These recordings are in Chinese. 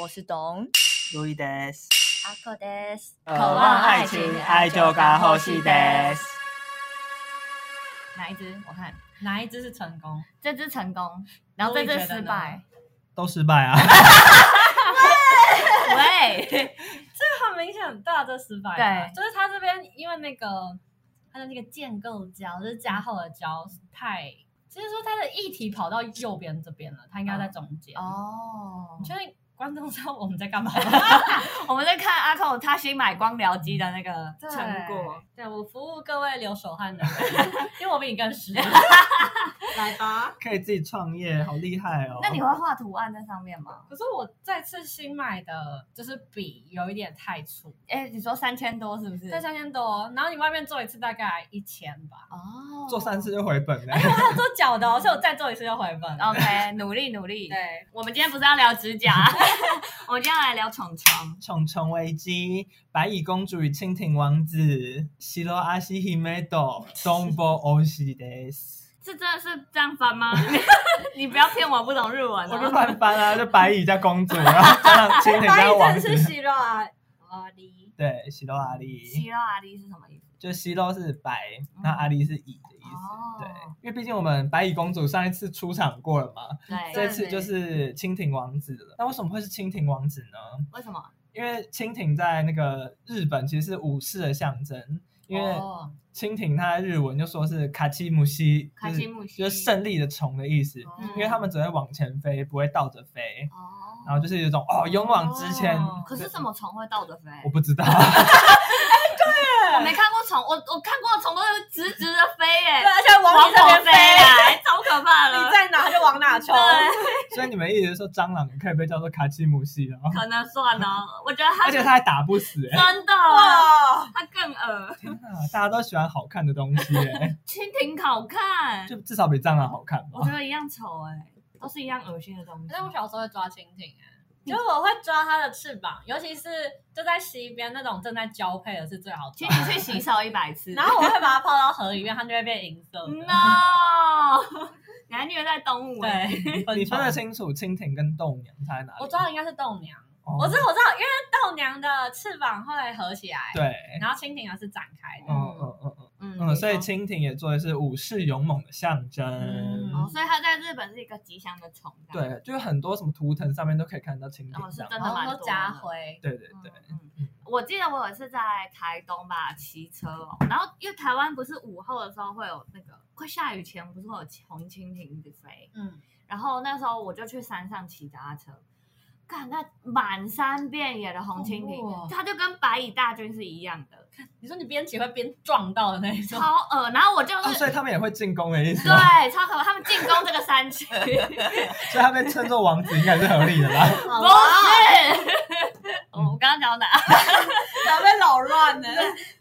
我是董路易德斯，阿克德斯，渴望爱情，爱就该呼吸德。哪一只？我看哪一只是成功？这只成功，然后这只失败。都失败啊！ 喂，这 很明显很大的失败吧，对就是他这边因为那个他的那个建构胶，就是加厚的胶太，就是说他的议题跑到右边这边了，他应该在中间。哦你确定观众知道我们在干嘛吗？ 我们在看阿寇他新买光疗机的那个对成果。对啊我服务各位流手 汗的人，因为我比你更实。来吧。可以自己创业，好厉害哦！那你会画图案在上面吗？ 可是我这次新买的就是笔有一点太粗，哎，你说三千多是不是？这三千多，然后你外面做一次大概一千吧。 哦，做三次。就回本了， 我还有做脚的、哦，所以我再做一次就回本。 OK，努力努力。对，我们今天不是要聊指甲， 我们今天要来聊虫虫。虫虫危机、白蚁公主与蜻蜓王子、西罗阿西希梅斗、东波欧西德斯。是真的是这样翻吗？ 你不要骗我，不懂日文、我就哦。乱翻啊，就白蚁加公主，然 后加上蜻蜓加王子。希腊啊，阿里对，西罗阿丽，西拉阿力是什么意思？就西罗是白，那阿丽是蚁的意哦思。对，哦因为毕竟我们白蚁公主上一次出场过了嘛，对这对，次就是蜻蜓王子了。那为什么会是蜻蜓王子呢？为什么？因为蜻蜓在那个日本其实是武士的象征，因为哦蜻蜓它的日文就说是卡奇姆西，卡就是西木西就是胜利的虫的意思，嗯因为他们只会往前飞，不会倒着飞，哦，然后就是有一种哦勇往直前。哦可是什么虫会倒着飞？我不知道，我没看过虫，我我看过的虫都是直直的飞耶、啊对，而且往往你这我边飞飞，啊来，超可怕了。你在哪就 往哪冲。对，所以你们一直说蟑螂也可以被叫做卡奇姆西哦，可能算了，我觉得它而且它还打不死哎、真的，哇，它更恶。天哪大家都喜欢好看的东西哎、蜻蜓好看，就至少比蟑螂好看我觉吧。得一样丑哎、都是一样恶心的东西但。我小时候会抓蜻蜓 哎、就是我会抓它的翅膀，尤其是就在溪边那种正在交配的是最好其抓。实你去洗手一百 次，然后我会把它泡到河里面，它就会变银嗯色的。 no，你 还虐待动物哎、对，你分得虫清楚蜻蜓跟豆娘差在哪里？我抓的应该是豆娘，哦我知道我知道，因为豆娘的翅膀会合起来，对，然后蜻蜓啊的是展开的。嗯嗯嗯嗯嗯嗯，所以没错蜻蜓也做的是武士勇猛的象征。嗯哦，所以它在日本是一个吉祥的虫。这样，对，就是很多什么图腾上面都可以看到蜻蜓哦是这样。真然的蛮后多说家徽，对对对，嗯嗯，我记得我有一次在台东吧骑车哦，然后因为台湾不是午后的时候会有那个快下雨前不是会有红蜻蜓一直飞，嗯，然后那时候我就去山上骑脚踏车，看那满山遍野的红蜻恐蜓，怖哦它就跟白蚁大军是一样的，你说你边骑会边撞到的那一种， 超恶。然后我就哦，是、所以他们也会进攻的意思吗。啊对超可怕，他们进攻这个山区，所以他被称作王子应该是合理的 啦。啊不是。哦我刚刚讲到哪？要被扰乱 呢。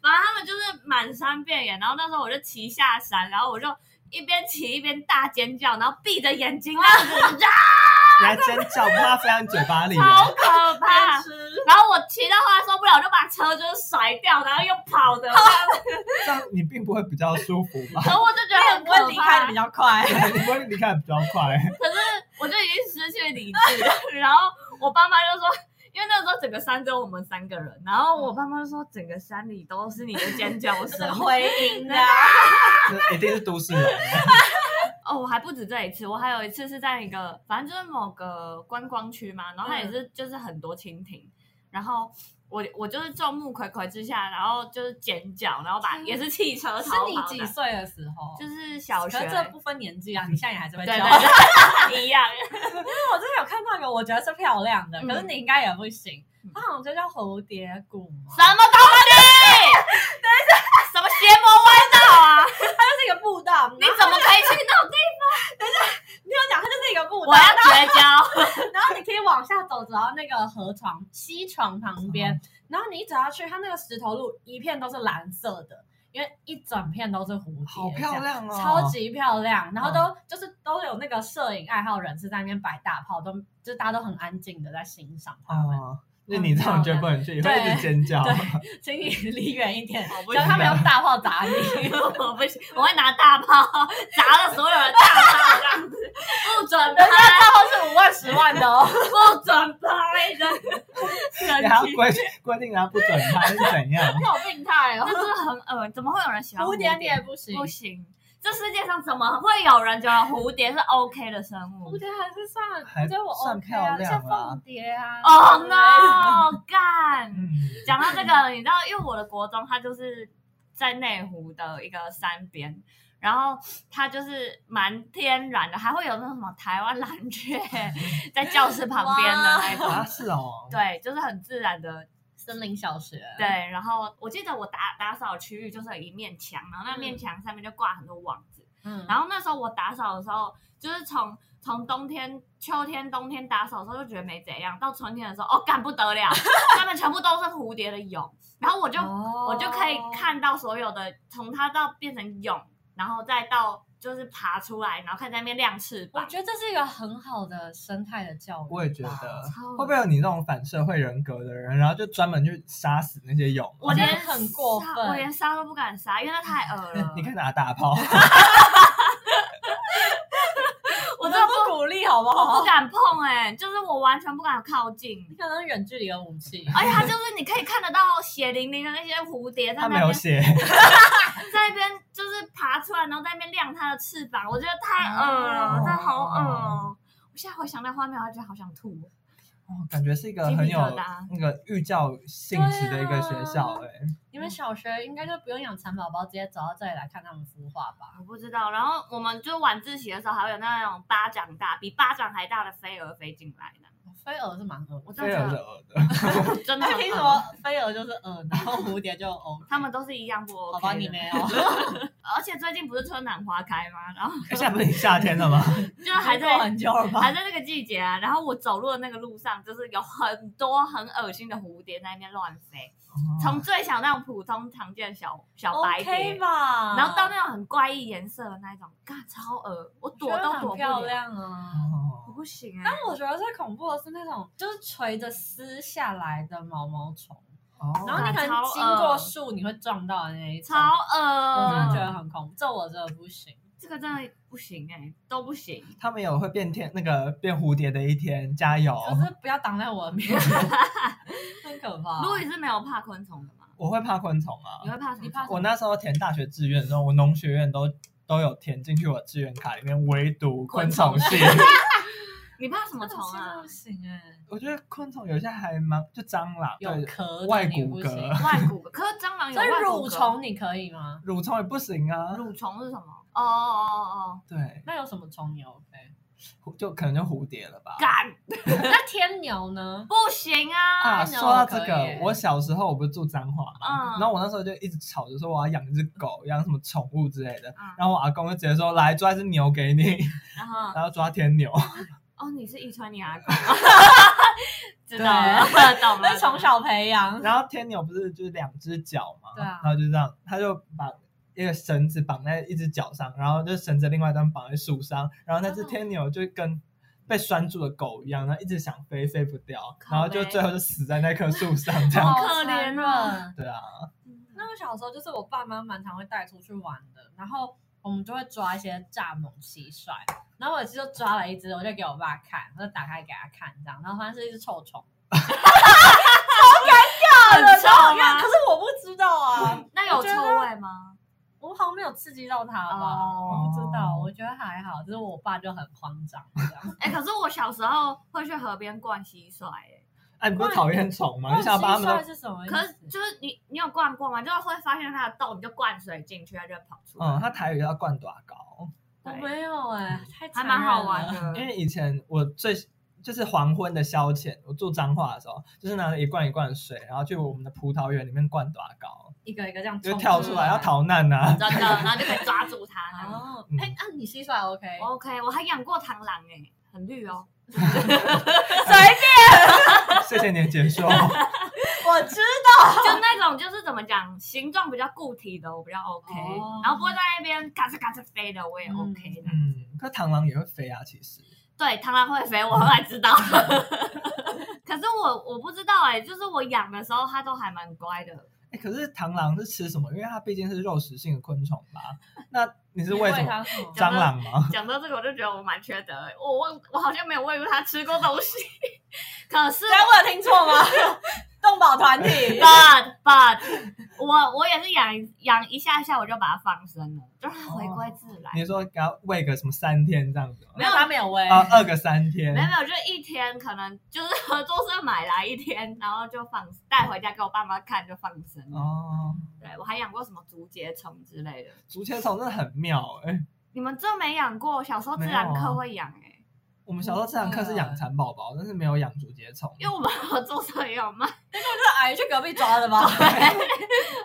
反正他们就是满山遍野，然后那时候我就骑下山，然后我就一边骑一边大尖叫，然后闭着眼睛啊那样子，你还尖叫，把它飞到你嘴巴里超哦。可怕。吃，然后我骑到后来受不了，我就把车就是甩掉，然后又跑的，这样你并不会比较舒服吧？ 然后 我就觉得很我可离开怕的比。较快。你不会离开得比较快。 可是我就已经失去理智了，然后我爸妈就说。因为那时候整个山只有我们三个人，然后我爸妈就说整个山里都是你的尖叫 声，回音的，那一定是都市人，哦，我还不止这一次，我还有一次是在一个，反正就是某个观光区嘛，然后它嗯也是、就是很多蜻蜓，然后我我就是众目睽睽之下，然后就是尖叫，然后把、嗯也是汽车是逃你跑几的岁的时候？就是小学可是这不分年纪啊，你现在也还是会对教。对因对 一样，为我之前有看到一个，我觉得是漂亮的，嗯可是你应该也不行嗯。它好像就叫蝴蝶谷嘛，什么东西？什么邪魔歪道啊！它就是一个步道。你怎么可以去那种地你有讲它就是一个步方？道我，要绝交！然后你可以往下走，走到那个河床西床旁边，然后你只要去它那个石头路，一片都是蓝色的，因为一整片都是蝴蝶，好漂。亮哦，超级漂亮，然后嗯都、就是都有那个摄影爱好人士在那边摆大炮，都就是大家都很安静的在欣赏他们。哦。那你这样绝不能去，你会一直尖 叫。对 请你离远一点，我不啊只要他们行用大炮砸你。我不行，我会拿大炮砸了所有的大炮，这样子不准人家拍。 大炮是五万十万的哦，不准拍的。 生 然后气，规规定他不准拍是怎 样？你好病态哦这！真的很恶怎么会有人喜欢蝴蝴蝶你也蝶？不行，不行，这世界上怎么会有人觉得蝴蝶是 OK 的生物蝴蝶还是算，还我觉得我算 OK 啊，漂亮像啊凤蝶啊。 ？Oh no！干，嗯，讲到这个，你知道，因为我的国中它就是在内湖的一个山边。然后它就是蛮天然的，还会有那种什么台湾蓝雀在教室旁边的那一种，啊是哦，对，就是很自然的森林小学，对，然后我记得我打打扫区域就是有一面墙，然后那面嗯墙上面就挂很多网子。嗯，然后那时候我打扫的时候，就是从从冬天、秋天、冬天打扫的时候就觉得没怎样，到春天的时候，哦，干不得了，它们全部都是蝴蝶的蛹，然后我就、哦我就可以看到所有的，从它到变成蛹，然后再到就是爬出来，然后看在那边亮翅我膀，觉得这是一个很好的生态的教育。我也觉得。超会不会有你那种反社会人格的人，然后就专门去杀死那些蛹？我觉连得很过杀分我连杀都不敢杀，因为它太恶了。 你看拿大炮，嗯我真真的的 不鼓励，好不我好不？敢碰哎、就是我完全不敢靠近，你可能远距离的武器，而且它就是你可以看得到血淋淋的那些蝴蝶在 他那没边有写，在那边就是爬出来，然后在那边晾它的翅膀，我觉得太恶了，哦真的好恶哦！我现在回想那画面，我还觉得好想吐。哦感觉是一个鸡皮很有疙瘩那个寓教性质的一个学校哎、你们小学应该就不用养蚕宝宝，直接走到这里来看他们孵化吧？我不知道，然后我们就晚自习的时候，还会有那种巴掌大、比巴掌还大的飞蛾飞进来呢。飞蛾是蛮恶的，我真哎的非常觉的得恶的。真的那很哎凭什恶么飞蛾就是蛾，然后蝴蝶就哦 OK？他们都是一样不好 OK 吧，的哦你没有，而且最近不是春暖花开吗？然后哎现在不是夏天了 吗？就是还已经在过很久了吧？还在那个季节啊，然后我走路的那个路上，就是有很多很恶心的蝴蝶在那边乱飞，从最小那种普通常见的小小白蝶 OK 吧？然后到那种很怪异颜色的那一种，干超恶，我躲都躲很不漂了，亮啊。我哦不行啊但。我觉得最恐怖的是那种就是垂着丝下来的毛毛虫，哦然后你可能超恶经过树你会撞到的那一种，超我真的觉恶，得很恐怖，这我真的不行。这个真的不行哎、都不行。他们有会变天那个变蝴蝶的一天，加油！可是不要挡在我的面， 很可怕。路易是没有怕昆虫的吗？我会怕昆虫啊你。会怕什么？你怕我那时候填大学志愿的时候，我农学院都都有填进去我志愿卡里面，唯独昆虫系。 你怕什么虫真的啊不？行哎，我觉得昆虫有些还蛮就蟑螂，有对，壳外的你骨不行。骼外骨骼，可是蟑螂有所以外骨蠕骼。虫你可以吗？蠕虫也不行啊。蠕虫是什么？哦哦哦哦，对，那有什么虫你 OK？蝴就可能就蝴蝶了吧。干那天牛呢？不行啊，啊！说到这可以耶个，我小时候我不是住彰化嘛，嗯然后我那时候就一直吵着说我要养一只狗，养什么宠物之类的，嗯然后我阿公就直接说来抓一只牛给你， 然后然后抓天牛，哦，你是遗传你阿公， 知道了，对懂了。 那从小培养，然后天牛不是就是两只脚嘛，对啊然后就这样，他就把。一个绳子绑在一只脚上，然后就绳子另外一端绑在树上，然后那只哦天牛就跟被拴住的狗一样，然后一直想飞飞不掉，靠然后就背最后就死在那棵树上，这样好可怜啊啊！对啊，那我小时候就是我爸妈蛮常会带出去玩的，然后我们就会抓一些蚱蜢蟋蟀，然后我有一次就抓了一只，我就给我爸看，我就打开给他看这样，然后发现是一只臭虫，很臭然后吗可？是我不知道啊，那有臭味吗？我好像没有刺激到它吧。哦我不知道，我觉得还好，就是我爸就很慌张这 样。哎、可是我小时候会去河边逛蟋蟀、哎，哎、你不是讨厌虫吗？你想把它蟋们蟀都是什么意思？可是就是你你有逛过吗？就是会发现它的洞，你就灌水进去，它就会跑出来，嗯，它台语叫灌多高，我对没有哎、太还残蛮好忍玩了。的。因为以前我最就是黄昏的消遣，我住彰化的时候，就是拿着一罐一罐的水，然后去我们的葡萄园里面灌多高，一个一个这样就冲跳出来要。逃难啊呐、真的，然后就可以抓住它。那样哦，嗯哎、那、你蟋蟀 OK？我 OK，我还养过螳螂、哎，很绿哦。 谢谢你的解 说。我知就那种就是怎么讲，形状比较固体的，我比较 OK，、哦然后不会在那边嘎吱嘎吱飞的，我也嗯 OK 的。嗯，可螳螂也会飞啊，其实。对，螳螂会飞，我后来知道。 可是我我不知道哎、就是我养的时候它都还蛮乖的，哎，可是螳螂是吃什么？因为它毕竟是肉食性的昆虫吧？那你是喂什么？它什么？蟑螂吗？ 讲到这个，我就觉得我蛮缺德欸的。我忘，我好像没有喂过它吃过东西。可是， 我有听错吗？团体 but but 我我也是养养一下下我就把它放生了，就让它回归自然。你说给它喂个什么三天这样子吗？没有他没有喂，啊，饿个三天没有没有，就是一天可能就是合作社买来一天，然后就放带回家给我爸妈看就放生了。哦，对我还养过什么竹节虫之类的，竹签虫真的很妙哎、你们真没养过？小时候自然没有啊课会养哎、我们小时候这堂课是养蚕宝宝，但是没有养竹节虫，因为我们合作社也有卖，是阿姨去隔壁抓的吧？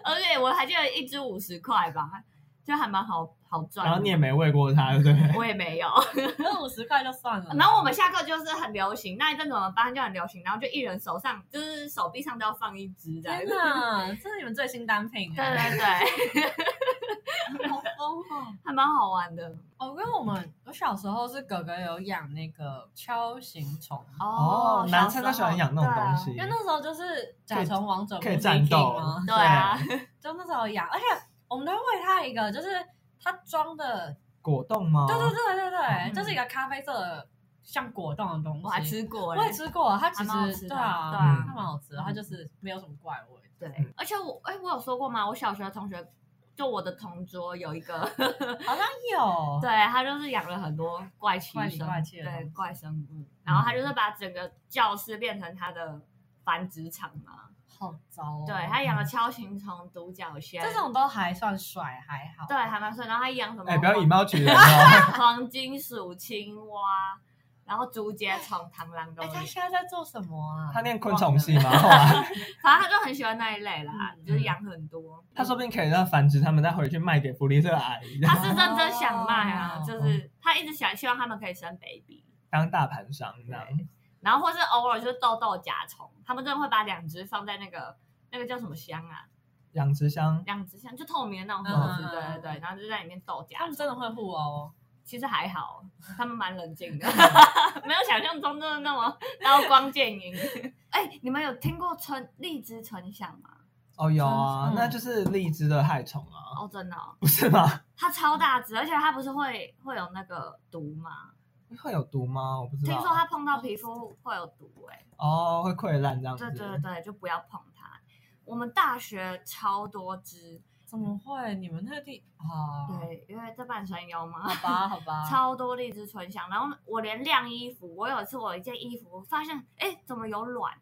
而且我还记得一只五十块吧，就还蛮好好赚的。然后你也没喂过它，对不 对？我也没有。那五十块就算了。然后我们下课就是很流行，那一阵子我们班就很流行，然后就一人手上就是手臂上都要放一只这样天子。哪，这是你们最新单品对哎，对对， 好疯哦！ 还蛮好玩的哦，因为我们我小时候是哥哥有养那个锹形虫，哦小男生时候都喜欢养那种东西对啊因为那时候就是甲虫王者可以不是战 king 斗吗？，对啊，就那时候养，而且我们都会喂它一个，就是它装的，果冻吗？对对对对对，嗯就是一个咖啡色的像果冻的东西。我还，吃过我欸。也吃过，它其还蛮好吃实的对啊，对嗯啊它蛮好吃的，它就是没有什么怪味。对，而且我哎，我有说过吗？我小学同学。就我的同桌有一个，好像 哦有，对他就是养了很多怪奇怪里生，怪气的东对西怪生物，嗯然后他就是把整个教室变成他的繁殖场嘛。好糟哦。对他养了锹形虫、独角仙，这种都还算帅，还好。对还蛮帅。然后他养什么？哎、不要以貌取人 哦。黄金鼠、青蛙，然后竹节虫、螳螂都哎，有。他现在在做什么啊？他念昆虫系忘了？吗？啊后来反正他就很喜欢那一类啦，嗯就是养很多。他说不定可以让繁殖他们再回去卖给福利社阿姨，他是认真想卖啊， 哦就是他一直想希望他们可以生 baby，当大盘商这样。然后或是偶尔就是豆豆甲虫，他们真的会把两只放在那个那个叫什么箱啊，养殖箱两只箱就透明的那种嗯盒子，嗯对对嗯对，然后就在里面豆甲他虫。们真的会互殴，哦其实还 好，他们蛮冷静 的，没有想象中真的那么刀光剑影。 哎、你们有听过春荔枝春象吗？哦有啊，嗯那就是荔枝的害虫啊，哦，真的、哦，不是吗？它超大只，而且它不是会会有那个毒吗？会有毒吗？我不知听道。说它碰到皮肤会有毒、哎，哦，会溃烂这样子。对对对，就不要碰它。我们大学超多只，怎么会？你们那地啊？，对，因为在半山腰 嘛，好吧，好 吧。超多荔枝春香，然后我连晾衣服，我有一次我有一件衣服发现，哎，怎么有卵？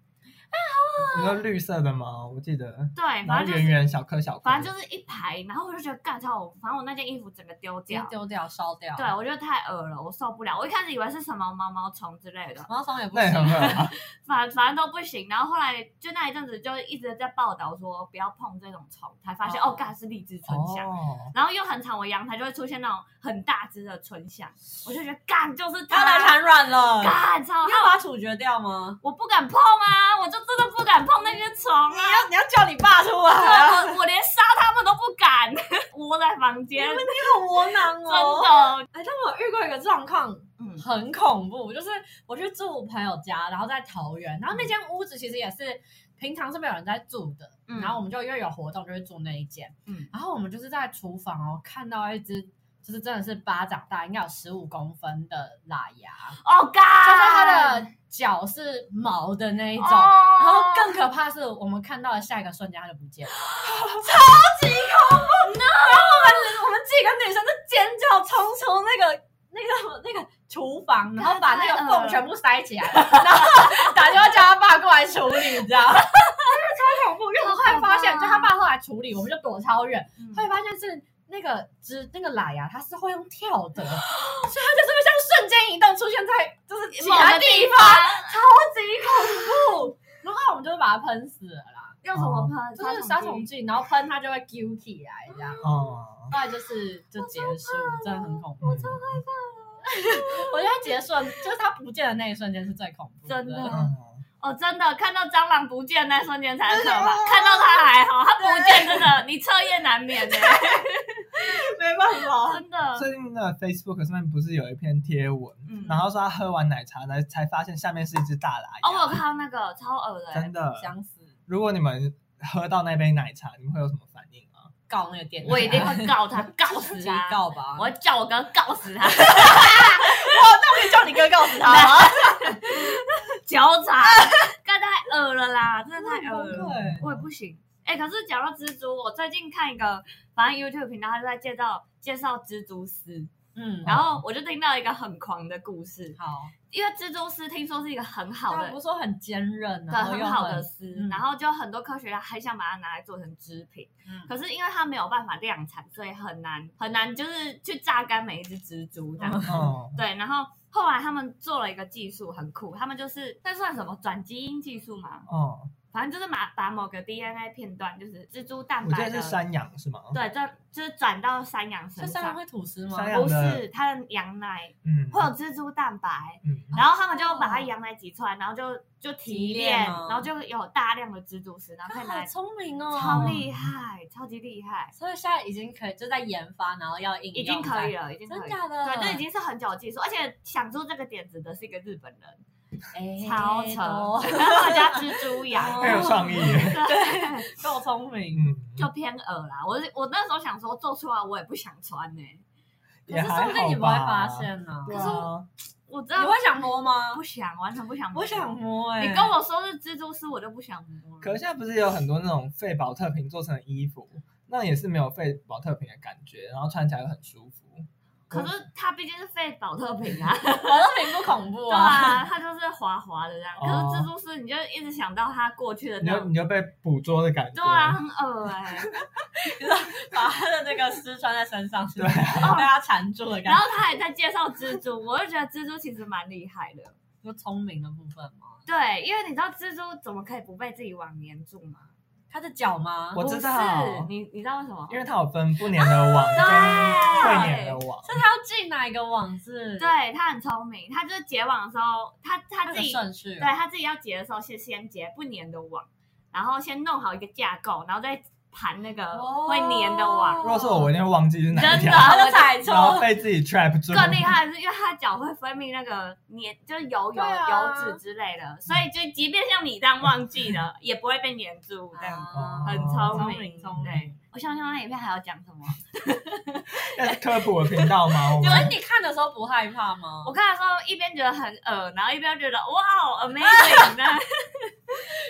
你说绿色的吗？我记得。对，然哎反后正就圆是圆小颗小颗，反正就是一排，然后我就觉得干超我，反正我那件衣服整个丢直接掉，丢掉、烧掉。对我觉得太恶了，我受不了。我一开始以为是什么毛毛虫之类的，毛毛虫也不那也行很。恶 啊。反反正都不行。然后后来就那一阵子就一直在报道说不要碰这种虫，才发现哦哦，干是荔枝春香。哦，然后又很常我阳台就会出现那种很大只的春香，我就觉得干就是它它来产卵 了，你干超要把它处决掉吗？我不敢碰啊，我就真的不敢碰那些虫你啊。要你要叫你爸出对来，啊 我我连杀它们都不敢， 窝在房间，真你好窝囊哦。的，哎，但我遇过一个状况嗯，很恐怖，就是我去住我朋友家，然后在桃园，然后那间屋子其实也是平常是没有人在住的，嗯然后我们就因为有活动就会住那一间，嗯然后我们就是在厨房哦看到一只就是真的是巴掌大，应该有十五公分的喇牙，哦干，就是它的脚是毛的那一种，哦然后更可怕是我们看到的下一个瞬间它就不见了， 超级恐怖！然后我们我们几个女生就尖叫冲出那个。那个什么那个厨房，然后把那个缝全部塞起来，嗯 然后打电话叫他爸过来处理，你知道吗？真的超恐怖，因为我后来发现，好 就可怕他爸后来处理，我们就躲超远，嗯后来发现是那个只那个喇牙，它是会用跳的，所以它就是会像瞬间移动出现在就是其某他个地地方，方超级恐怖。然后我们就把它喷死了啦，用什么喷？就是杀虫剂。剂，然后喷它就会揪起来这样。哦，后来就是就结束，哦真的很恐怖。我觉得它结束就是它不见的那一瞬间是最恐怖真的的嗯哦，真的，看到蟑螂不见那瞬间才可怕，看到它还好，它不见真的，你彻夜难眠的，没办法。真的。最近那个 Facebook 上面不是有一篇贴文，嗯然后说他喝完奶茶才才发现下面是一只大哦，我有喇看到那个超恶的牙，欸真，的。想死，如果你们喝到那杯奶茶，你们会有什么反应吗？告那个店 家，我一 定会告他，告自死 己他，告 吧。我会叫我哥告死 他， 那我可以叫你哥告诉他吗。纠缠，干太恶了啦！啦，真的太恶崩了，溃。我也不行。哎、可是讲到蜘蛛，我最近看一个，反正 YouTube 频道，他就在介绍介绍蜘蛛丝，嗯，然后我就听到一个很狂的故事，好，因为蜘蛛丝听说是一个很好他的啊不是说很坚韧，对，啊然后很又好的丝，嗯然后就很多科学家很想把它拿来做成织品，嗯可是因为它没有办法量产，所以很难很难就是去榨干每一只蜘蛛这样。哦，对，然后后来他们做了一个技术很酷，他们就是那算什么转基因技术嘛，哦，反正就是把把某个 DNA 片段，就是蜘蛛蛋我记白得的是，山羊是吗？，对，这就是转到山羊这身山羊上，会吐丝吗？山羊不的是它的羊奶嗯，会有蜘蛛蛋白。嗯，然后他们就把它羊奶挤出来，然后就就提提炼，炼哦然后就有大量的蜘蛛丝，然后可以他拿好来聪明哦，超厉害，超级厉害，所以现在已经可以就在研发，然后要应用，已经可以。了，已经可以真了。假的？对，这已经是很久的技术，而且想出这个点子的是一个日本人，经超扯， 扯，他们家蜘 蛛羊，很有哦创意耶，对，够聪明。嗯，就偏恶啦。我是我那时候想说做出来我也不想穿呢、可也是说还不定好你不会发吧。现呢。对啊，我知道你会想摸吗不？想，完全不想，我想。摸哎，你跟我说是蜘蛛丝，我就不想摸了。可是现在不是有很多那种废宝特瓶做成的衣服，那也是没有废宝特瓶的感觉，然后穿起来又很舒服。可是它毕竟是废保特瓶啊。我都没不恐怖对 啊。啊，它就是滑滑的这样。可是哦蜘蛛丝，你就一直想到它过去的你那就种你，就被捕捉的感觉，对啊，，很恶哎、把他的那个丝穿在身上，是对吧？啊，被他缠住的然感觉，后他还在介绍蜘蛛，我就觉得蜘蛛其实蛮厉害的。就聪明的部分吗？对，因为你知道蜘蛛怎么可以不被自己网粘住吗？他的脚吗？我不知是道，你你知道为什么？因为它有分不粘的网跟会粘的网，是他要进哪一个网字？，对他很聪明，他就是结网的时候，他他他自的己顺啊序啊对。他自己要结的时候是先结不粘的网，然后先弄好一个架构，然后再盘那个哦会粘的网。如果是我，我一定会忘记是哪一真条的，他就踩然后错，被自己 trap 住。更厉害的是，因为他脚会分泌那个粘，就是油油、对啊油脂之类的，所以就即便像你这样忘记 了，也不会被粘住这样子。啊很聪明，明，聪对。我想想那影片还要讲什 么？ 那是科普的频道吗？我可是们 你看的时候不害怕吗我？看的时候一边觉得很恶，然后一边觉得哇好，amazing 的，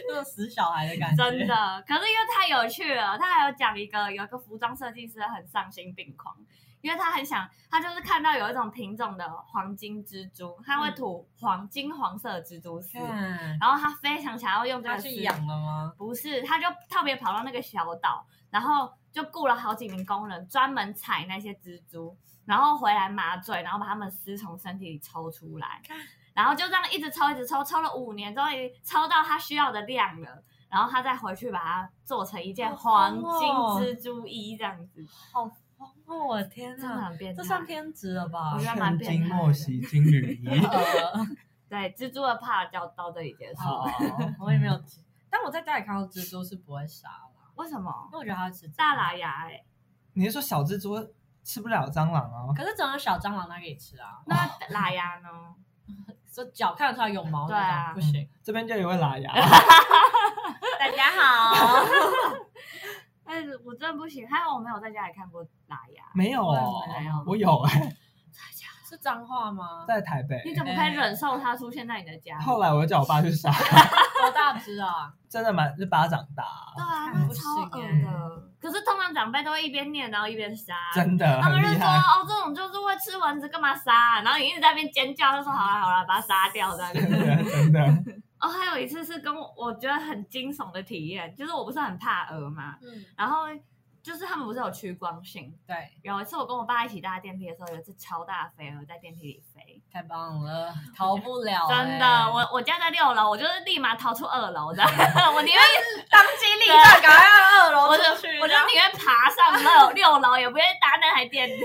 那种死小孩的感觉，真的。可是因为太有趣了，他还有讲一个有一个服装设计师很丧心病狂，因为他很想，他就是看到有一种品种的黄金蜘蛛，它会吐黄金黄色的蜘蛛丝，看然后他非常想要用这他个丝去养了吗？不是，他就特别跑到那个小岛，然后就雇了好几名工人，专门采那些蜘蛛，然后回来麻醉，然后把它们丝从身体里抽出来，然后就这样一直抽，一直抽，抽了五年，终于抽到他需要的量了。然后他再回去把它做成一件好黄疯金哦蜘蛛衣，这样 子、好疯哦！我的天真的哪，很变态。这算偏执了吧我？觉得蛮天变津态莫的。西金 缕衣。呃对，蜘蛛的怕就到这里结束。好，哦我也没有，但我在家里看到蜘蛛是不会杀啦，为什么因？为我觉得它会吃大来。喇牙、欸， 你是说小蜘蛛吃不了蟑螂哦？可是整个小蟑螂它可以吃啊，那喇牙呢？就脚看得出来有毛对那啊种不行。嗯这边就有一位 喇牙，大家 好。但是哎我真的不行，还好我没有在家里看过拉牙。没有哦我也没有，我有哎，是脏话吗？在台北。你怎么可以忍受它出现在你的家里？后来我就叫我爸去杀， 多大 只啊？真的蛮就巴掌大，对 啊，看那不超恶行的。可是通常长辈都会一边念，然后一边杀。真的他很们就厉说：“啊害。哦，这种就是会吃蚊子，干嘛杀、然后你一直在那边尖叫，就说：“好啦好啦，把它杀掉。”这样真子。的 真的， 哦，还有一次是跟我我觉得很惊悚的体验，就是我不是很怕蛾嘛，嗯，然后就是他们不是有趋光性。对，有一次我跟我爸一起搭电梯的时候，有一只超大的飞蛾在电梯里飞，太棒了，逃不了、欸。 真的，我我家在六楼，我就是立马逃出二楼 的，我宁愿当机立对啊断，赶快到二我楼就出去，我就宁愿爬上六六楼，也不愿意搭那台 电梯，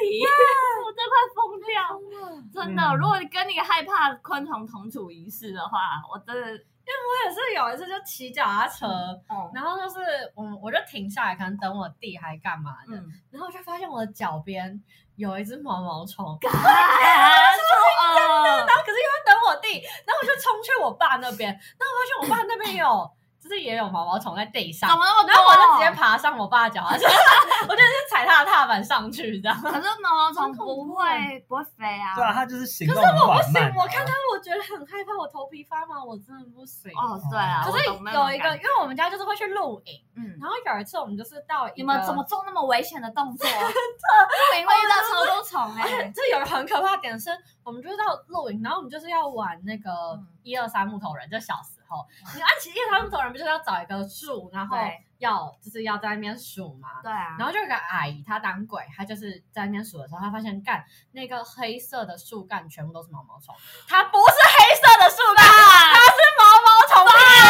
我真快疯掉。真的，嗯如果跟你害怕昆虫同处一室的话，我真的，我也是有一次就骑脚踏车，哦，然后就是我我就停下来，可能等我弟还干嘛的，嗯，然后我就发现我的脚边有一只毛毛虫，啊， 然后可是又要等我弟，然后我就冲去我爸那边，然后我发现我爸那边有 就就是也有毛毛虫在地怎上，么那么多？啊然后我就直接爬上我爸脚，而 且我就是踩他的踏板上去这样。可是毛毛虫很恐怖不会不会飞啊。对啊，他就是行可动是很我不缓行慢啊。，我看他我觉得很害怕，我头皮发麻，我真的不行。哦，对啊。可是我懂那种有一个，感因觉，为我们家就是会去露营，嗯，然后有一次我们就是到一个你们怎么做那么危险的动作？ 真的，会遇到超多虫而且哎。这有一个很可怕的点是，我们就是到露营，然后我们就是要玩那个嗯一二三木头人，就小时候，你按起一二三木头人不就是要找一个树，然后对要就是要在那边数嘛。对啊，哦然后就有个阿姨，她当鬼，她就是在那边数的时候，她发现干那个黑色的树干全部都是毛毛虫，它不是黑色的树干，它啊是毛毛虫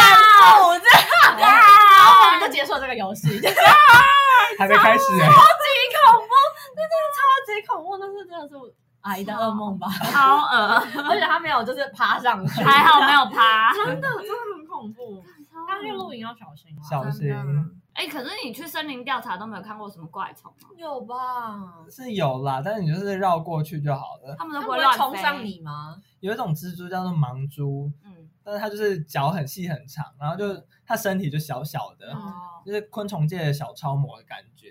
的脸部，这样，然后 我们就结束了这个游戏，就是还没开始欸， 恐怖，那真的超级恐怖，那是真的是阿姨的噩梦吧？超恶，而且他没有就是爬上去，还好没有爬。真的真的很恐怖。大家去露营要小心啊！小真心的哎、可是你去森林调查都没有看过什么怪虫吗？有吧？是有啦，但是你就是绕过去就好了。他们他都会们会乱飞冲上。你吗？有一种蜘蛛叫做盲蛛，嗯，但是它就是脚很细很长，然后就它身体就小小嗯的，哦就是昆虫界的小超模的感觉。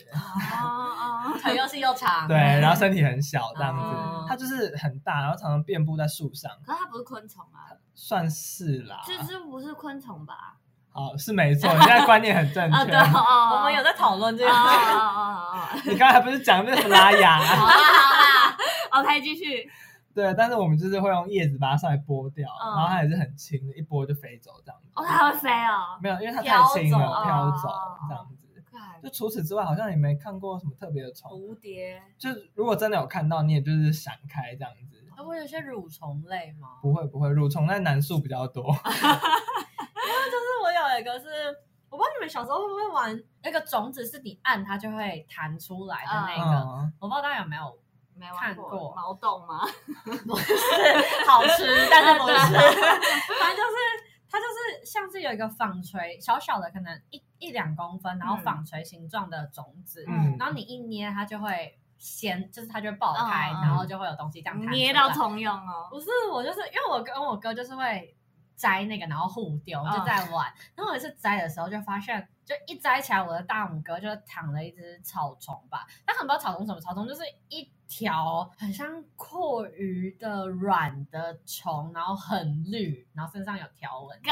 哦哦，腿又细又长，对，然后身体很小这样哦子，它就是很大，然后常常遍布在树上，可是它不是昆虫啊，算是啦。蜘蛛不是昆虫吧？好是没错，你现在观念很正啊，确对。哦，我们有在讨论这哦个。哦 哦哦你刚才不是讲那个哦，拉好雅？ 啦好啦，OK，继续。对，但是我们就是会用叶子把它稍微剥掉，嗯然后它也是很轻的，一剥就飞走这样子。哦，它会飞哦。没有，因为它太飘轻走了，飘走哦这样子。看就除此之外，好像也没看过什么特别的虫。蝴哎蝶，就是如果真的有看到，你也就是闪开这样子。会不会有些蠕虫类吗？不会不会，蠕虫在南树比较多。就是我有一个是，我不知道你们小时候会不会玩那个种子，是你按它就会弹出来的哎那个，嗯，我不知道大家有没有，没玩看过毛豆吗？ 好 吃，但嗯是不是， 反正就是。它就是像是有一个纺锤，小小的，可能一一两公分，然后嗯纺锤形状的种子，嗯然后你一捏它就会掀，就是它就会爆开，嗯然后就会有东西这样弹出来捏到。虫蛹哦。不是我就是因为我跟我哥就是会摘那个，然后互丢，就在玩。然后有一次摘的时候就发现，就一摘起来，我的大拇哥就躺了一只草虫吧，但很不知道草虫什么草虫，就是一。条很像阔鱼的软的虫，然后很绿，然后身上有条纹，嘎，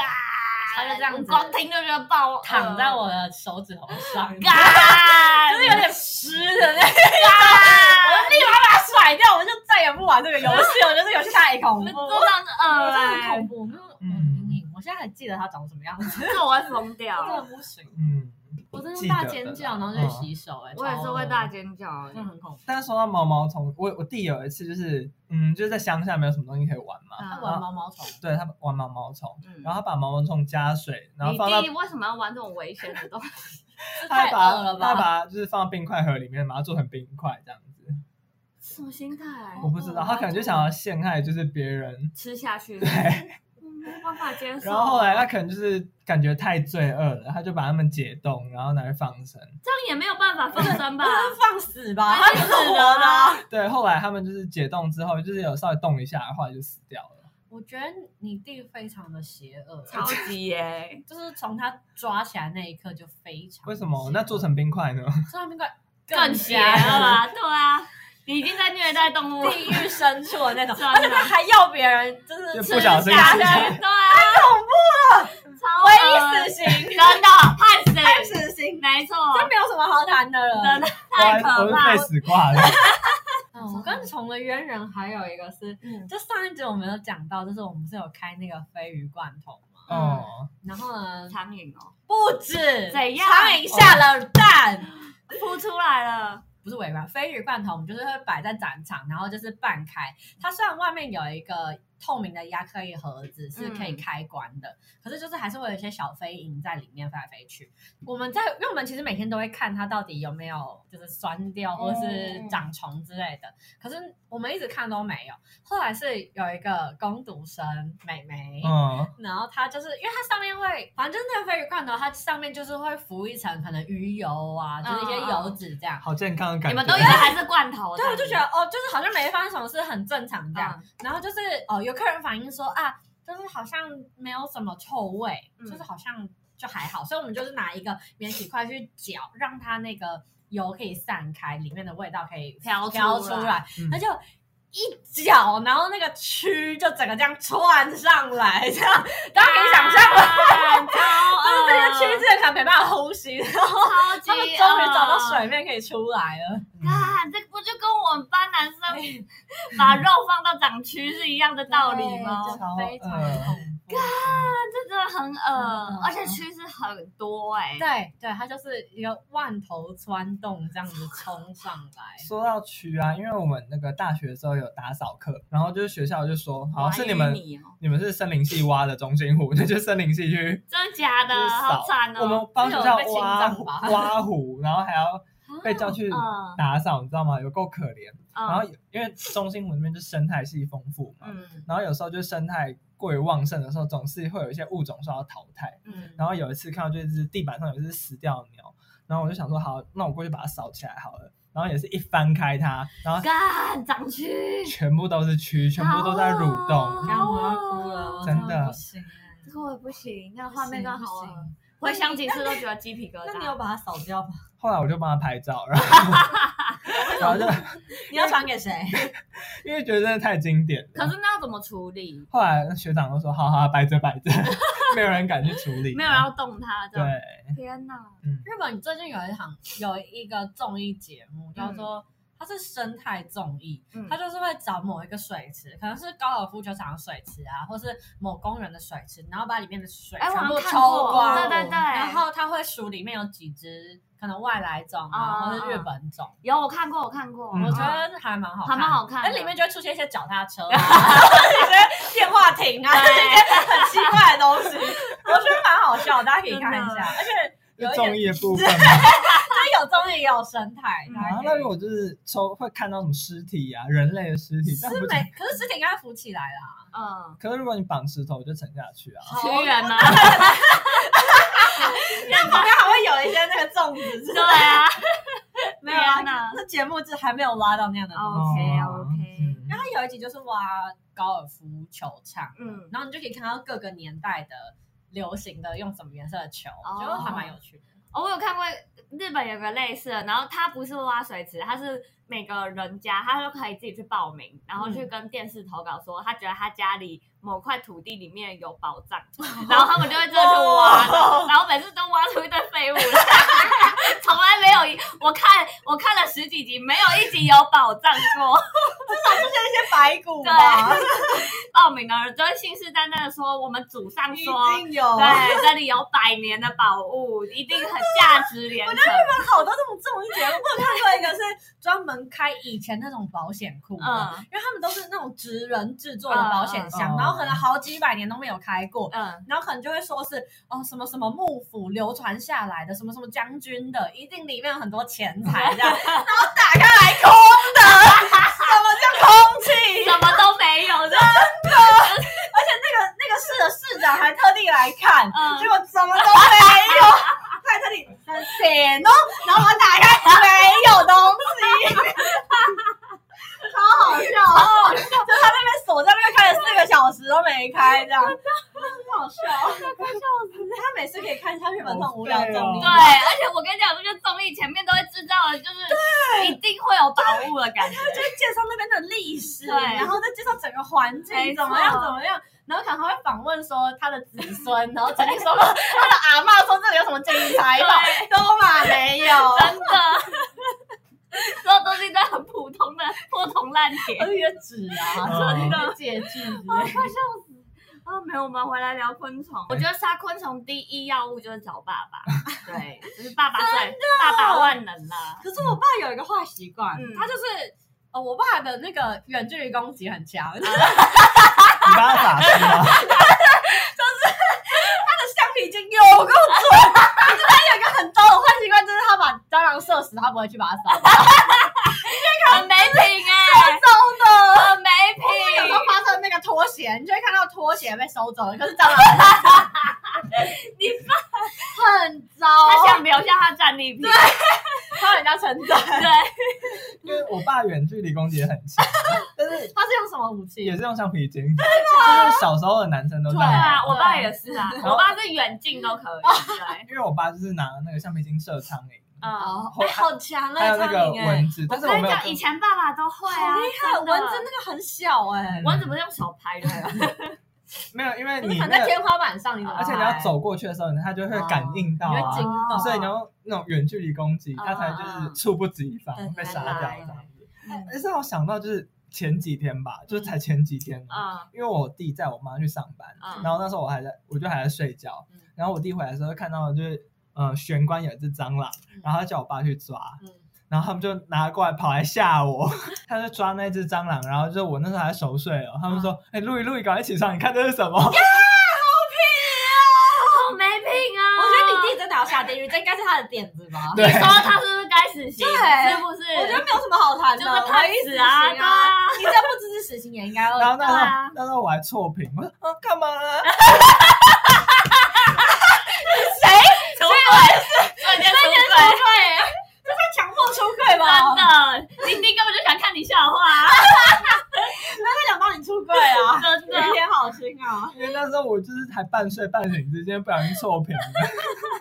它就这样子我光听就觉得爆，躺在嗯我的手指头上，就嘎，是有点湿的那个，我就立马把它甩掉，我就再也不玩这个游戏，我觉得这个游戏太恐怖了。桌上是哎我耳，真的很恐怖，那种嗯阴影，我现在还记得它长什么样子，这我会疯真的掉。不行，嗯，我真的记大得尖的叫，啦然后就去洗手，哎，我也是超会大，尖叫欸，真的很恐怖。但是说到毛毛虫，我我弟有一次就是，嗯，就是在乡下没有什么东西可以玩嘛，他嗯玩毛毛虫，对他玩毛毛虫，嗯然后他把毛毛虫加水，然后放到你弟为什么要玩这种危险的 东西？这他太会把恶它了他吧？把它就是放到冰块盒里面，把它做成冰块这样子。什么心态我不知道，他可能就想要陷害就是别人，吃下去，对。我没有办法接受。然后后来他可能就是感觉太罪恶了，他就把他们解冻，然后拿去放生。这样也没有办法放生 吧？放死吧，他死了呢。 对，后来他们就是解冻之后，就是有稍微冻一下，后来就死掉了。我觉得你弟非常的邪恶，超级耶！就是从他抓起来那一刻就非常。为什么？那哦做成冰块呢？这冰块更邪恶了，啊！对啊，你已经在虐待动物了，地狱深处的那真种，的而且他还要别人就就是不小心下去，吃对下啊，去太恐怖了，超唯一恶死刑，真的判死，判死刑，没错，这没有什么好谈的了。真的太可我怕还了。我是被死 挂了。嗯，我跟虫的渊源还有一个是，哦嗯就上一集我们有讲到，就是我们是有开那个鲱鱼罐头嘛，哦，然后呢，苍蝇哦，不止嗯怎样苍蝇下了蛋，孵出来了，不是尾巴，鲱鱼罐头我们就是会摆在展场，然后就是半开。它虽然外面有一个透明的亚克力盒子是可以开关的，可是就是还是会有一些小飞蝇在里面飞来飞去。我们在，因为我们其实每天都会看它到底有没有就是酸掉或是长虫之类的，可是我们一直看都没有。后来是有一个工读生美眉，嗯，然后它就是因为它上面会，反正就是那个鲱鱼罐头，它上面就是会浮一层可能鱼油啊，就是一些油脂这样。好健康的感觉。你们都以为还是罐头，对，我就觉得哦，就是好像没发生什么事，很正常这样。嗯然后就是哦，有客人反映说啊，就是好像没有什么臭味，嗯就是好像就还好，所以我们就是拿一个免洗筷去搅，让它那个油可以散开，里面的味道可以飘飘出出来来嗯，那就。一搅，然后那个蛆就整个这样窜上来，这样大家可以想象吗？哦象吗？就是超这些蛆恶，真的可能没办法呼吸，然后超级他们终于找嗯到水面可以出来了。啊，这不就跟我们班男生把肉放到长蛆是一样的道理吗？啊，对就非常嗯恐怖。这真的很恶嗯，而且蛆是很多哎、对对，它就是一个万头钻洞这样子冲上来。 说到蛆啊，因为我们那个大学的时候有打扫课，然后就是学校就说，好哇是你们因为你哦你们是森林系挖的中心湖，那就森林系去真的假的？去好扫惨哦！我们帮学校这有被侵挖占湖吧挖湖，然后还要被叫去嗯打扫，你知道吗？有够可怜。然后嗯有因为中心湖里面就是生态系丰富嘛，嗯然后有时候就是生态过于旺盛的时候，总是会有一些物种受到淘汰。嗯，然后有一次看到就是地板上有一只死掉的鸟，然后我就想说好，那我过去把它扫起来好了。然后也是一翻开它，然后干长蛆，全部都是蛆，全部都在蠕好哦动。恶然后我要哭了，我真的不行哎。这个我也不行，那个不画面行刚不好恶行回想几 次都觉得鸡皮疙瘩。那你有把它扫掉吗？后来我就帮它拍照， 然后然后就你要传给谁？因为觉得真的太经典了。可是那要怎么处理？后来学长都说：“好好摆着摆着， 没有人敢去处理，没有人要动它，这对样。天哪！嗯，日本最近有一场有一个综艺节目叫做。它是生态综艺，嗯它就是会找某一个水池，可能是高尔夫球场的水池啊，或是某公园的水池，然后把里面的水哎我好像全部看抽过光，对对对然后它会数里面有几只可能外来种嗯啊，或是日本种，有我看过，我看过，嗯我觉得还蛮好看的，哎还蛮好看的但里面就会出现一些脚踏 车啊，一些电话亭啊，一些很奇怪 的东西，我觉得蛮好笑，大家可以看一真的下，而且有就一综艺的点部分嘛。有综艺也有生态，嗯大然家后可以那如果就是抽会看到什么尸体啊，人类的尸体，但是不没，可是尸体应该浮起来啦，嗯，可是如果你绑石头就沉下去啊，屈原 吗？那旁边还会有一些那个粽子之类对 啊没有啊天哪，那节目就还没有挖到那样的东西。 ，OK 哦 OK，然后有一集就是挖高尔夫球场，嗯，然后你就可以看到各个年代的流行的用什么颜色的球，哦觉得还蛮有趣的。哦，我有看过日本有个类似的，然后它不是挖水池，它是每个人家他都可以自己去报名，然后去跟电视投稿说他觉得他家里某块土地里面有宝藏，然后他们就会真的去哦挖，然后每次都挖出一堆废物来。从来没有一，我看我看了十几集，没有一集有宝藏过。那些白骨啊吧，报名的人都会信誓旦旦的说，我们祖上说，有 啊对，这里有百年的宝物，一定很价值连城。 好多这种综艺节目，我有看过一个是专门开以前那种保险库的，嗯因为他们都是那种职人制作的保险嗯箱，嗯嗯然后可能好几百年都没有开过。嗯，然后可能就会说是哦什么什么幕府流传下来的什么什么将军的，一定里面有很多钱财这样，然后打开来空的， 什么叫空气？什么都没有，这而且那个那个市的市长还特地来看，嗯结果什么都没 有，他还特地写呢，然后把它打开没有东西， 超好笑，超好笑，就他那边锁在那边开了四个小时都没开， 这样很好笑，快笑死！他每次可以看一下日本这种无聊综艺，对，而且我跟你讲，这个综艺前面都会制造的，就是一定会有宝物的感觉。就会介绍那边的历史，对然后再介绍整个环没境错怎么样怎么样，然后可能还会访问说他的子孙，然后曾经说过他的阿嬷说这里有什么金银财宝都嘛没有，真的， 所有东西都很普通的破铜烂铁 而，且纸啊，嗯真的借据之哎啊，快类的。笑死！啊，没有，我们回来聊昆虫。我觉得杀昆虫第一要务就是找爸 爸，对，就是爸爸最爸爸万能啦。可是我爸有一个坏习惯，嗯他就是。哦，我爸的那个远距离攻击很强， 就是你把它打湿吗？他的橡皮筋有够准。 他有一个很糟的坏习惯，就是他把蟑螂射死，他不会去把它 扫掉，很没品哎、糟的。很没有时候品！发生那个拖鞋，你就会看到拖鞋被收走了，可是蟑螂 你很糟，他想留下他战利品，他人家存在。对，因为我爸远距离攻击也很强，但是他是用什么武器？也是用橡皮筋，就是小时候的男生都这对样啊，我玩。爸也是啊，我爸是远近都可以，对，因为我爸就是拿那个橡皮筋射苍蝇，嗯。哦，哎，好强还啊！有那个苍蝇哎蚊，子，但是我跟你没有讲，以看。前爸爸都会啊，好厉害！真的蚊子那个很小哎，蚊子不是用手拍的吗，没有，因为你你可能那在个，天花板上，你怎么而拍？且你要走过去的时候，它就会感应到哦你会啊惊，动，所以你要那种远距离攻击，它才就是猝不及防嗯被杀掉这样子。嗯但是我想到就是前几天吧，就是才前几天嗯哦，因为我弟载我妈去上班，嗯然后那时候我还在，我就还在睡觉嗯，然后我弟回来的时候看到就是。呃，玄关有一只蟑螂，然后他叫我爸去抓，嗯然后他们就拿过来跑来吓我， 他就抓那只蟑螂，然后就我那时候还熟睡哦，他们说，哎、路易路易，赶快起床，你看这是什么？哦好没品啊！我觉得你弟真的要下地狱，这应该是他的点子吧？对你说他是不是该死刑？对是不是？我觉得没有什么好谈的，就是判死啊，我一死对刑啊！啊。你这不只是死刑，也应该要然后那时候、对啊那时候我还错评，我说哦啊干嘛啊？出轨，瞬间出轨，强迫出柜吧？真的，林丁根本就想看你笑话，他想帮你出柜啊，真的。有点好心啊。因为那时候我就是才半睡半醒之间不小心错评了，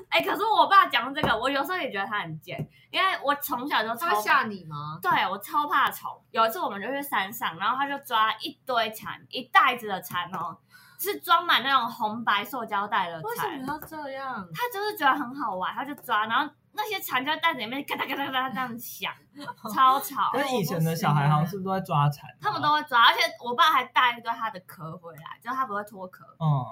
哎，可是我爸讲这个，我有时候也觉得他很贱，因为我从小就超他会吓你吗？对我超怕虫。有一次我们就去山上，然后他就抓一堆蝉，一袋子的蝉哦，是装满那种红白塑胶袋的蝉。要这样？他就是觉得很好玩，他就抓，然后那些蝉就在袋子里面嘎哒嘎哒嘎哒这样响，超吵。跟以前的小孩好像是不是都在抓蝉？啊他们都会抓，而且我爸还带一堆他的壳回来，就是他不会脱壳，嗯，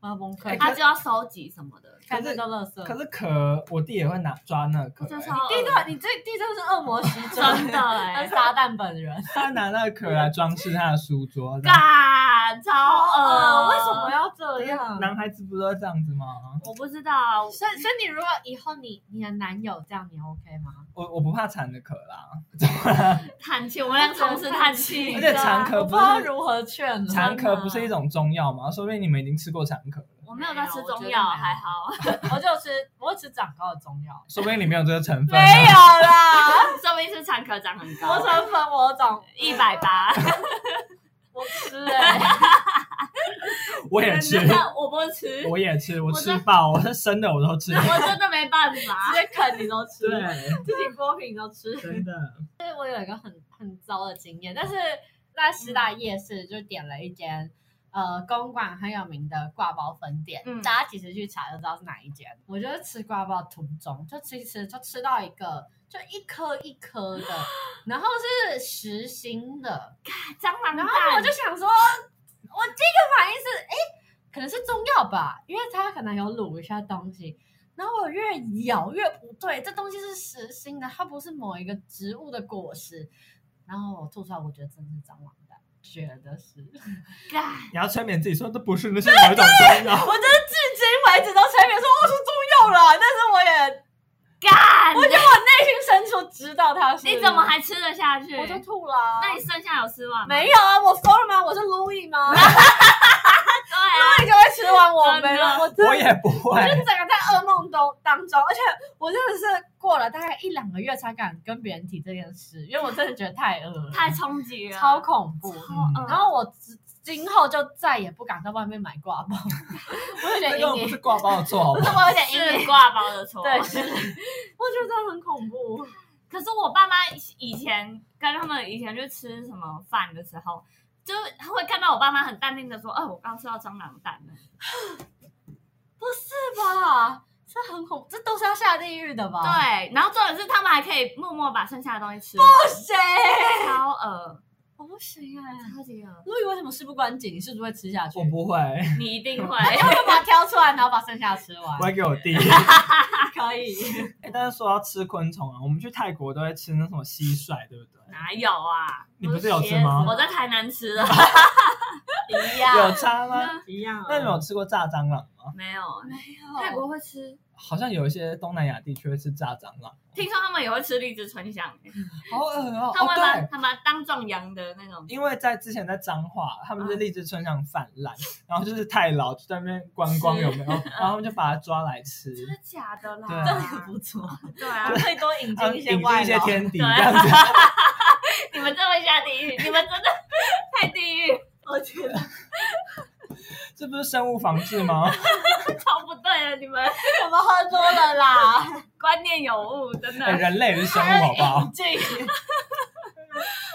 我要崩哎溃。他就要收集什么的。看这个垃圾，可是壳我弟也会拿抓那个壳、这欸超恶第一个，你这第一个是恶魔始祖，真 的他哎、是撒旦本 人。他会拿那个壳来装饰他的书桌。这样干超恶，哦为什么？要这样？男孩子不都这样子吗？我不知道，所以，所以你如果以后你你的男友这样，你 OK 吗？我我不怕蝉的壳啦，叹气，我们俩同时叹气，而且蝉对啊壳我不不是知道如何劝了。蝉壳不是一种中药吗？说不定你们已经吃过蝉壳了，我没有在吃中没药，有啊我觉得没有还好，我就吃，我只吃长高的中药。说不定里面有这个成分、啊没有。啦，说不定是产科长很我高，成粉我长，一百八。我吃哎、 我也吃，真的我不吃，我也吃，我吃我爆，我是生的我都吃。 我真的没办 直法。接啃你都吃，对，自己剥皮你都吃。真的。就是我有一个很很糟的经验，但是在师大夜市就点了一间。呃，公馆很有名的挂包分店，嗯大家其实去查就知道是哪一间。我就是吃挂包途中，就吃一吃，就吃到一个，就一颗一颗的，然后是实心的，蟑螂蛋然后，我就想说，我第一个反应是，哎，可能是中药吧，因为它可能有卤一下东西。然后我越咬越不对，这东西是实心的，它不是某一个植物的果实。然后我吐出来，我觉得真是蟑螂蛋，觉得是，干你要催眠自己说，这不是，那是某一种中药。我真的至今为止都催眠说我是中药啦，但是我也干，我觉得我内心深处知道它是。你怎么？还吃得下去？我就吐了啊。那你剩下有吃完吗？没有啊？我疯了吗？我是 Louis 吗？对啊，那你就会吃完我真的没了，我真的我也不我会就。整个在噩梦中当中，而且我真的是过了大概一两个月才敢跟别人提这件事，因为我真的觉得 太恶了，太冲击了，超恐怖。嗯然后我之今后就再也不敢在外面买挂包， 我有这点根本阴不影，是挂包的错，好不不是好？我有点阴是影。挂包的错。对，是，我觉得很恐怖。 可是我爸妈以前跟他们以前去吃什么饭的时候，就是会看到我爸妈很淡定的说：“哦，我刚吃到蟑螂蛋了。是吧？这很恐，这都是要下地狱的吧？，对，然后重点是他们还可以默默把剩下的东西吃不完，行，超恶，我不行哎、超级恶。陆羽为什么事不关己？你是不是会吃下去？我不会，你一 定会， 我就把它挑出来，然后把剩下的吃完我。还给我 弟。可 以，欸但是说到吃昆虫啊，我们去泰国都会吃那什么蟋蟀，对不对？哪有啊？你不是有吃吗我 在台南吃的，一样有差吗？一样啊那你有吃过炸蟑螂？吗？没有，泰泰国国会吃，好像有一些东南亚地区会吃炸蟑螂，听说他们也会吃荔枝春香，好恶哦、他哦们把对，他把它当壮阳的那种。因为在之前在彰化，他们是荔枝村上泛滥，然后就是太老就在那边观光是有没有，然后他们就把它抓来吃，真的假的啦？对这个不错，对啊我，们可以多引啊进一引些进外一些劳天敌对这样子。 你们这么下地狱，你们真的太地狱，我觉得这不是生物防治吗？超不对了，你们我们喝多了啦，观念有误，真的。哎人类也是生物，好不好？这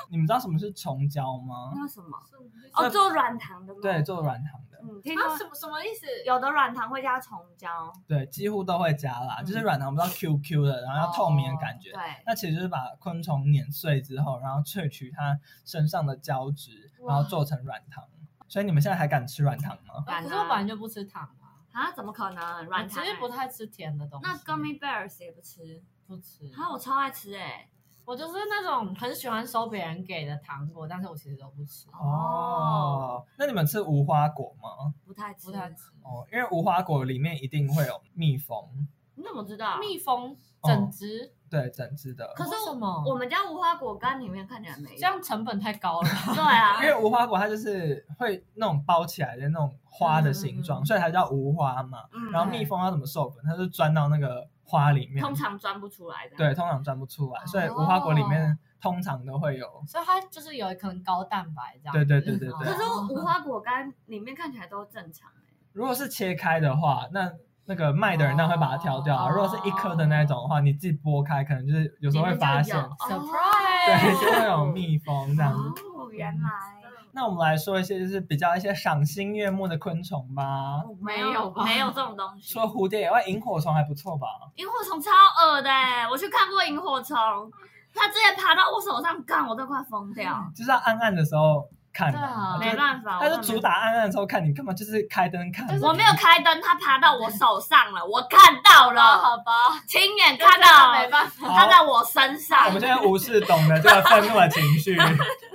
你们知道什么是虫胶吗？那什么？哦哦，做软糖的吗？对，，做软糖的，嗯，听啊说什么什么意思？有的软糖会加虫胶，对，几乎都会加啦，嗯就是软糖不知道 QQ 的，然后要透明的感觉。对，那其实就是把昆虫碾碎之后，然后萃取它身上的胶质，然哇后做成软糖。所以你们现在还敢吃软糖吗？敢啊可是我本来就不吃糖啊，啊，怎么可能？软糖我其欸、实不太吃甜的东西。那 gummy bears 也不吃，不吃，啊，我超爱吃哎、我就是那种很喜欢收别人给的糖果，但是我其实都不吃，哦，哦，那你们吃无花果吗？不太吃。不太吃。哦，因为无花果里面一定会有蜜蜂，你怎么知道？蜜蜂整只，对，整只的。可是哦为什么？我们家无花果干里面看起来没有。这样成本太高了。 对 啊因，为无花果它就是会那种包起来的那种花的形状，嗯所以它叫无花嘛。嗯然后蜜蜂要怎么授粉？它就钻到那个花里面，通常钻不出来的。，对，通常钻不出来，哦所以无花果里面通常都会有。所以它就是有可能高蛋白这样对子。对对对对可是无花果干里面看起来都正常哎、如果是切开的话，那那个卖的人当然会把它挑掉啊。哦如果是一颗的那种的话，你自己剥开，可能就是有时候会发现，里面就有 Surprise 对，哦就会有蜜蜂这样 子。哦，原来那我们来说一些就是比较一些赏心悦目的昆虫吧。没有吧没有这种东西说。蝴蝶以外，萤火虫还不错吧？萤火虫超恶的、欸，我去看过萤火虫，它直接爬到我手上，干我都快疯掉，就是要暗暗的时候看对嘛，啊没办法。嗯它我就主打暗暗的时候看，你干嘛就是开灯看嘛？我没有开灯，它爬到我手上了，我看到了，好吧，亲眼看看到没到办法，它在我身好上我。们现在无视懂得这个愤怒的情 绪。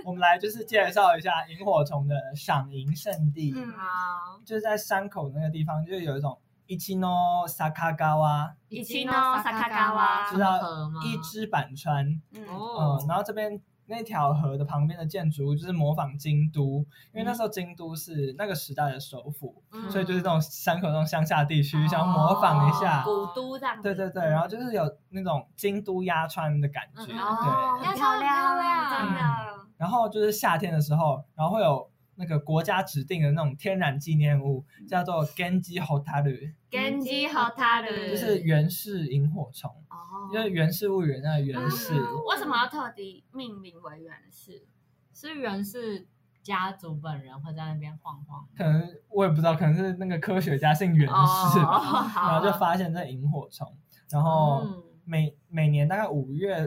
我们来就是介绍一下萤火虫的赏萤圣地，嗯好，就是在山口那个地方，就是有一种一七诺萨卡嘎哇，伊奇哦诺萨卡嘎哇知道河吗？一支板川，嗯，嗯哦嗯，，然后这边那条河的旁边的建筑物就是模仿京都，因为那时候京都是那个时代的首府，嗯所以就是这种山口那种乡下地区，哦想要模仿一下。哦古都这样子。对对对，然后就是有那种京都压川的感觉，嗯哦，对。嗯很漂漂亮亮，真的。然后就是夏天的时候，然后会有那个国家指定的那种天然纪念物，嗯叫做 Genji Hotaru， Genji 和他的就是源氏萤火虫，哦就是源氏物语的那个源氏。嗯为什么要特地命名为源氏？是源氏家族本人会在那边晃晃。可能我也不知道，可能是那个科学家姓源氏，哦，然好嗯后就发现这萤火虫，然后嗯每每年大概五月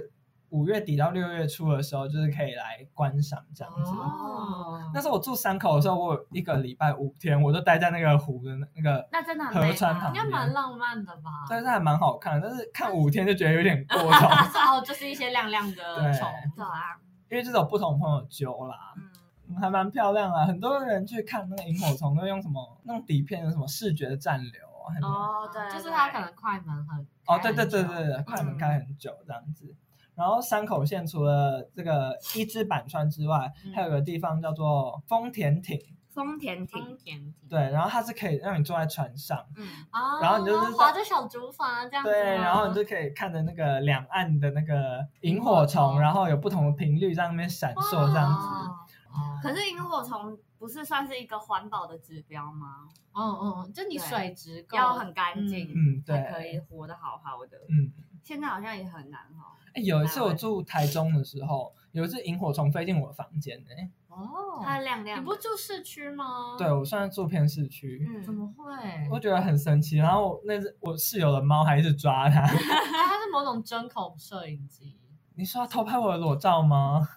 五月底到六月初的时候，就是可以来观赏这样子。哦，那时候我住山口的时候，我有一个礼拜五天，我都待在那个湖的那那个那真的很河美啊川吧旁应该边，蛮浪漫的吧？但是还蛮好看的，但是看五天就觉得有点过头， 哦，就是一些亮亮的对虫，对啊，因为这种不同朋友揪啦，嗯，嗯还蛮漂亮啊。很多人去看那个萤火虫，都用什么那种底片，什么视觉的暂留啊，还是什么哦，对，就是对它可能快门很哦，对对对开对很久嗯对，快门开很久这样子。然后山口县除了这个一之板川之外，嗯还有个地方叫做丰田町，丰田挺町，甜挺对，然后它是可以让你坐在船上，嗯，啊，然后你就是划着小竹筏这样子吗，对，然后你就可以看着那个两岸的那个萤火萤火虫，虫然后有不同的频率在那边闪烁这样子。哦哦可是萤火虫不是算是一个环保的指标吗？嗯嗯，嗯就你对水质够，要很干净，嗯，才对，可以活得好好的。嗯，现在好像也很难哦。哎有一次我住台中的时候，有一只萤火虫飞进我的房间呢、哦。它亮亮你的，不住市区吗？对，我算是住偏市区，怎嗯，么会？我觉得很神奇。然后我那只我室友的猫还一直抓它，哎 它是某种针孔摄影机， 你说要偷拍我的裸照吗？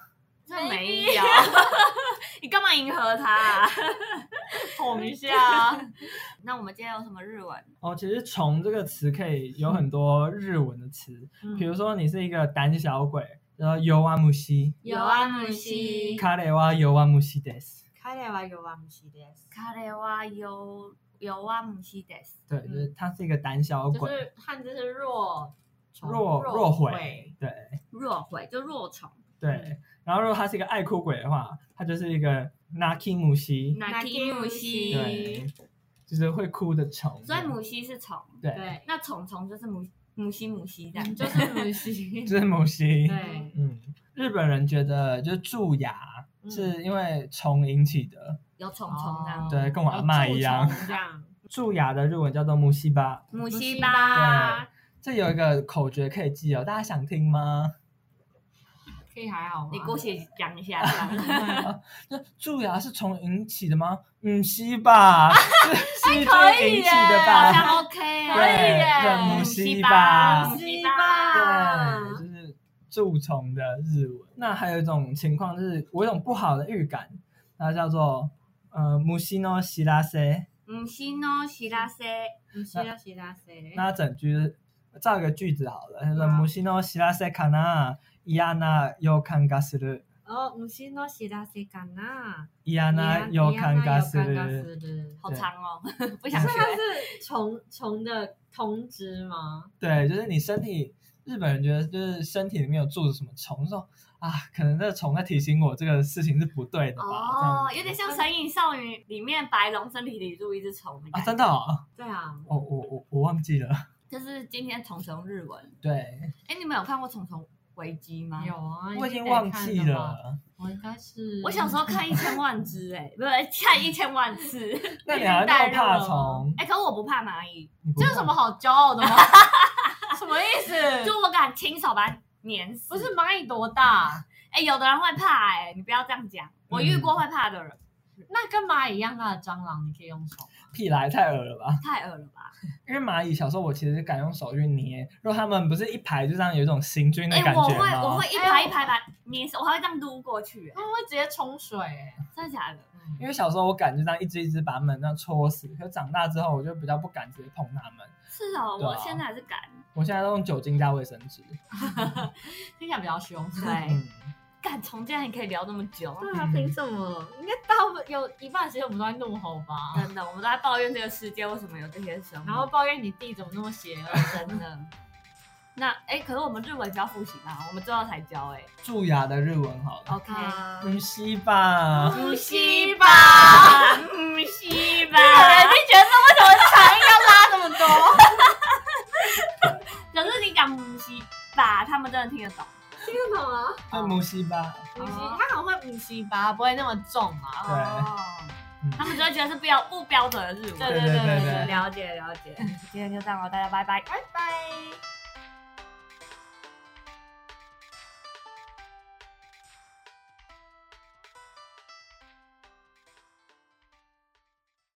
这没有， 你干嘛迎合它啊？ 捅一下。那我们今天有什么日文？哦，其实“虫”这个词可以有很多日文的词，嗯比如说你是一个胆小鬼，然后 “yo wa mushi”，有啊母西 k a r e wa yo wa mushi des。开来吧，有啊，不是的。彼はよ有啊，母系 des。对，就是它是一个胆小就鬼，是汉字是弱虫弱弱弱毁毁，对弱毁就弱虫对。然后如果它是一个爱哭鬼的话，它就是一个 naki 母蜥， ，naki 母对系，，就是会哭的虫，所以母系是虫，对，对，那虫虫就是母母系母系这样，就是母系，就是母蜥。 对，嗯，日本人觉得就是蛀牙嗯哦是因为虫引起的，有虫虫这样。对跟我阿嬷一样有蛀虫这样，蛀牙的日文叫做木西巴。母系对吧，，这有一个口诀可以记哦，大家想听吗？可以还好吗？你 姑且讲一下这样。就蛀牙是虫引起的吗？嗯，西吧，是细可菌以引耶，起的好像吧？ OK，耶啊对对母母系系吧，吧母系吧，对，就是蛀虫的日文。那还有一种情况就是，我有一种不好的预感，它叫做呃木西诺西拉塞。母系喏，希拉塞，嗯，西拉西拉塞，那整句就是造一个句子好了，他说好母西诺西拉塞卡纳伊亚纳尤康嘎斯鲁。哦，母系の西拉塞かな，伊亚纳尤康嘎斯いやい鲁，や有感がする好对长哦， 不所想以学它。 是虫虫的通知吗？对，就是你身体，日本人觉得就是身体里面有住着什么虫，说啊，可能这虫在提醒我这个事情是不对的吧，这样哦，子有点像《神隐少女》里面白龙身体里住一只虫的啊，感觉，真的、哦，对啊，我我我我忘记了，就是今天虫虫日文。对，哎，你们有看过《虫虫危机》吗？。有啊，我已你经得忘看记的话，了。我应该是我小时候看一千万只，哎，不是看一千万次。那你已经还那带么入怕了 虫？哎，可我不怕蚂蚁，你不这有怕什么好骄傲的吗？什么意思？就我敢亲手把它碾死。不是蚂蚁多大，哎、有的人会怕哎、你不要这样讲，我遇过会怕的人，嗯那跟蚂蚁一样大的蟑螂，你可以用手吗。屁来太恶了吧？太恶了吧？因为蚂蚁小时候我其实敢用手去捏，如果它们不是一排就这样有一种行军的哎、感我觉会吗？我会一排一排把捏死，我还会这样撸过去、哎它们会直接冲水、欸，真的假的？因为小时候我敢就这样一只一只把它们那样戳死，可长大之后我就比较不敢直接碰它们。是哦，对啊我现在还是 敢。我现在都用酒精加卫生纸。听起来比较凶。对，嗯，敢从竟然可以聊那么久，啊，凭什么？应该大部分有一半时间我们都在怒吼吧，真的，我们都在抱怨这个世界为什么有这些生物。然后抱怨你弟怎么那么邪恶，真的。那哎、可是我们日文教复习嘛，我们最后才教哎、蛀牙的日文好了， OK，啊嗯，西哦吧，不吸吧，不吸吧。 觉得为什么长要拉那么多？可是你讲不吸吧，他们真的听得懂。听得懂啊？对，母西吧，母鸡，它好像会母鸡吧，不会那么重啊。对哦嗯他们只会觉得是标不标准的日文。嗯对对对对对了解了解，今天就这样了，大家拜拜，拜拜。